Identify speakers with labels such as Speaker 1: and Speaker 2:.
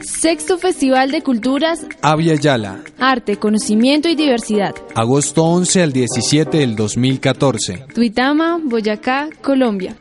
Speaker 1: Sexto Festival de Culturas
Speaker 2: Avia Yala,
Speaker 1: Arte, Conocimiento y Diversidad.
Speaker 2: agosto 11 al 17 del 2014.
Speaker 1: Tuitama, Boyacá, Colombia.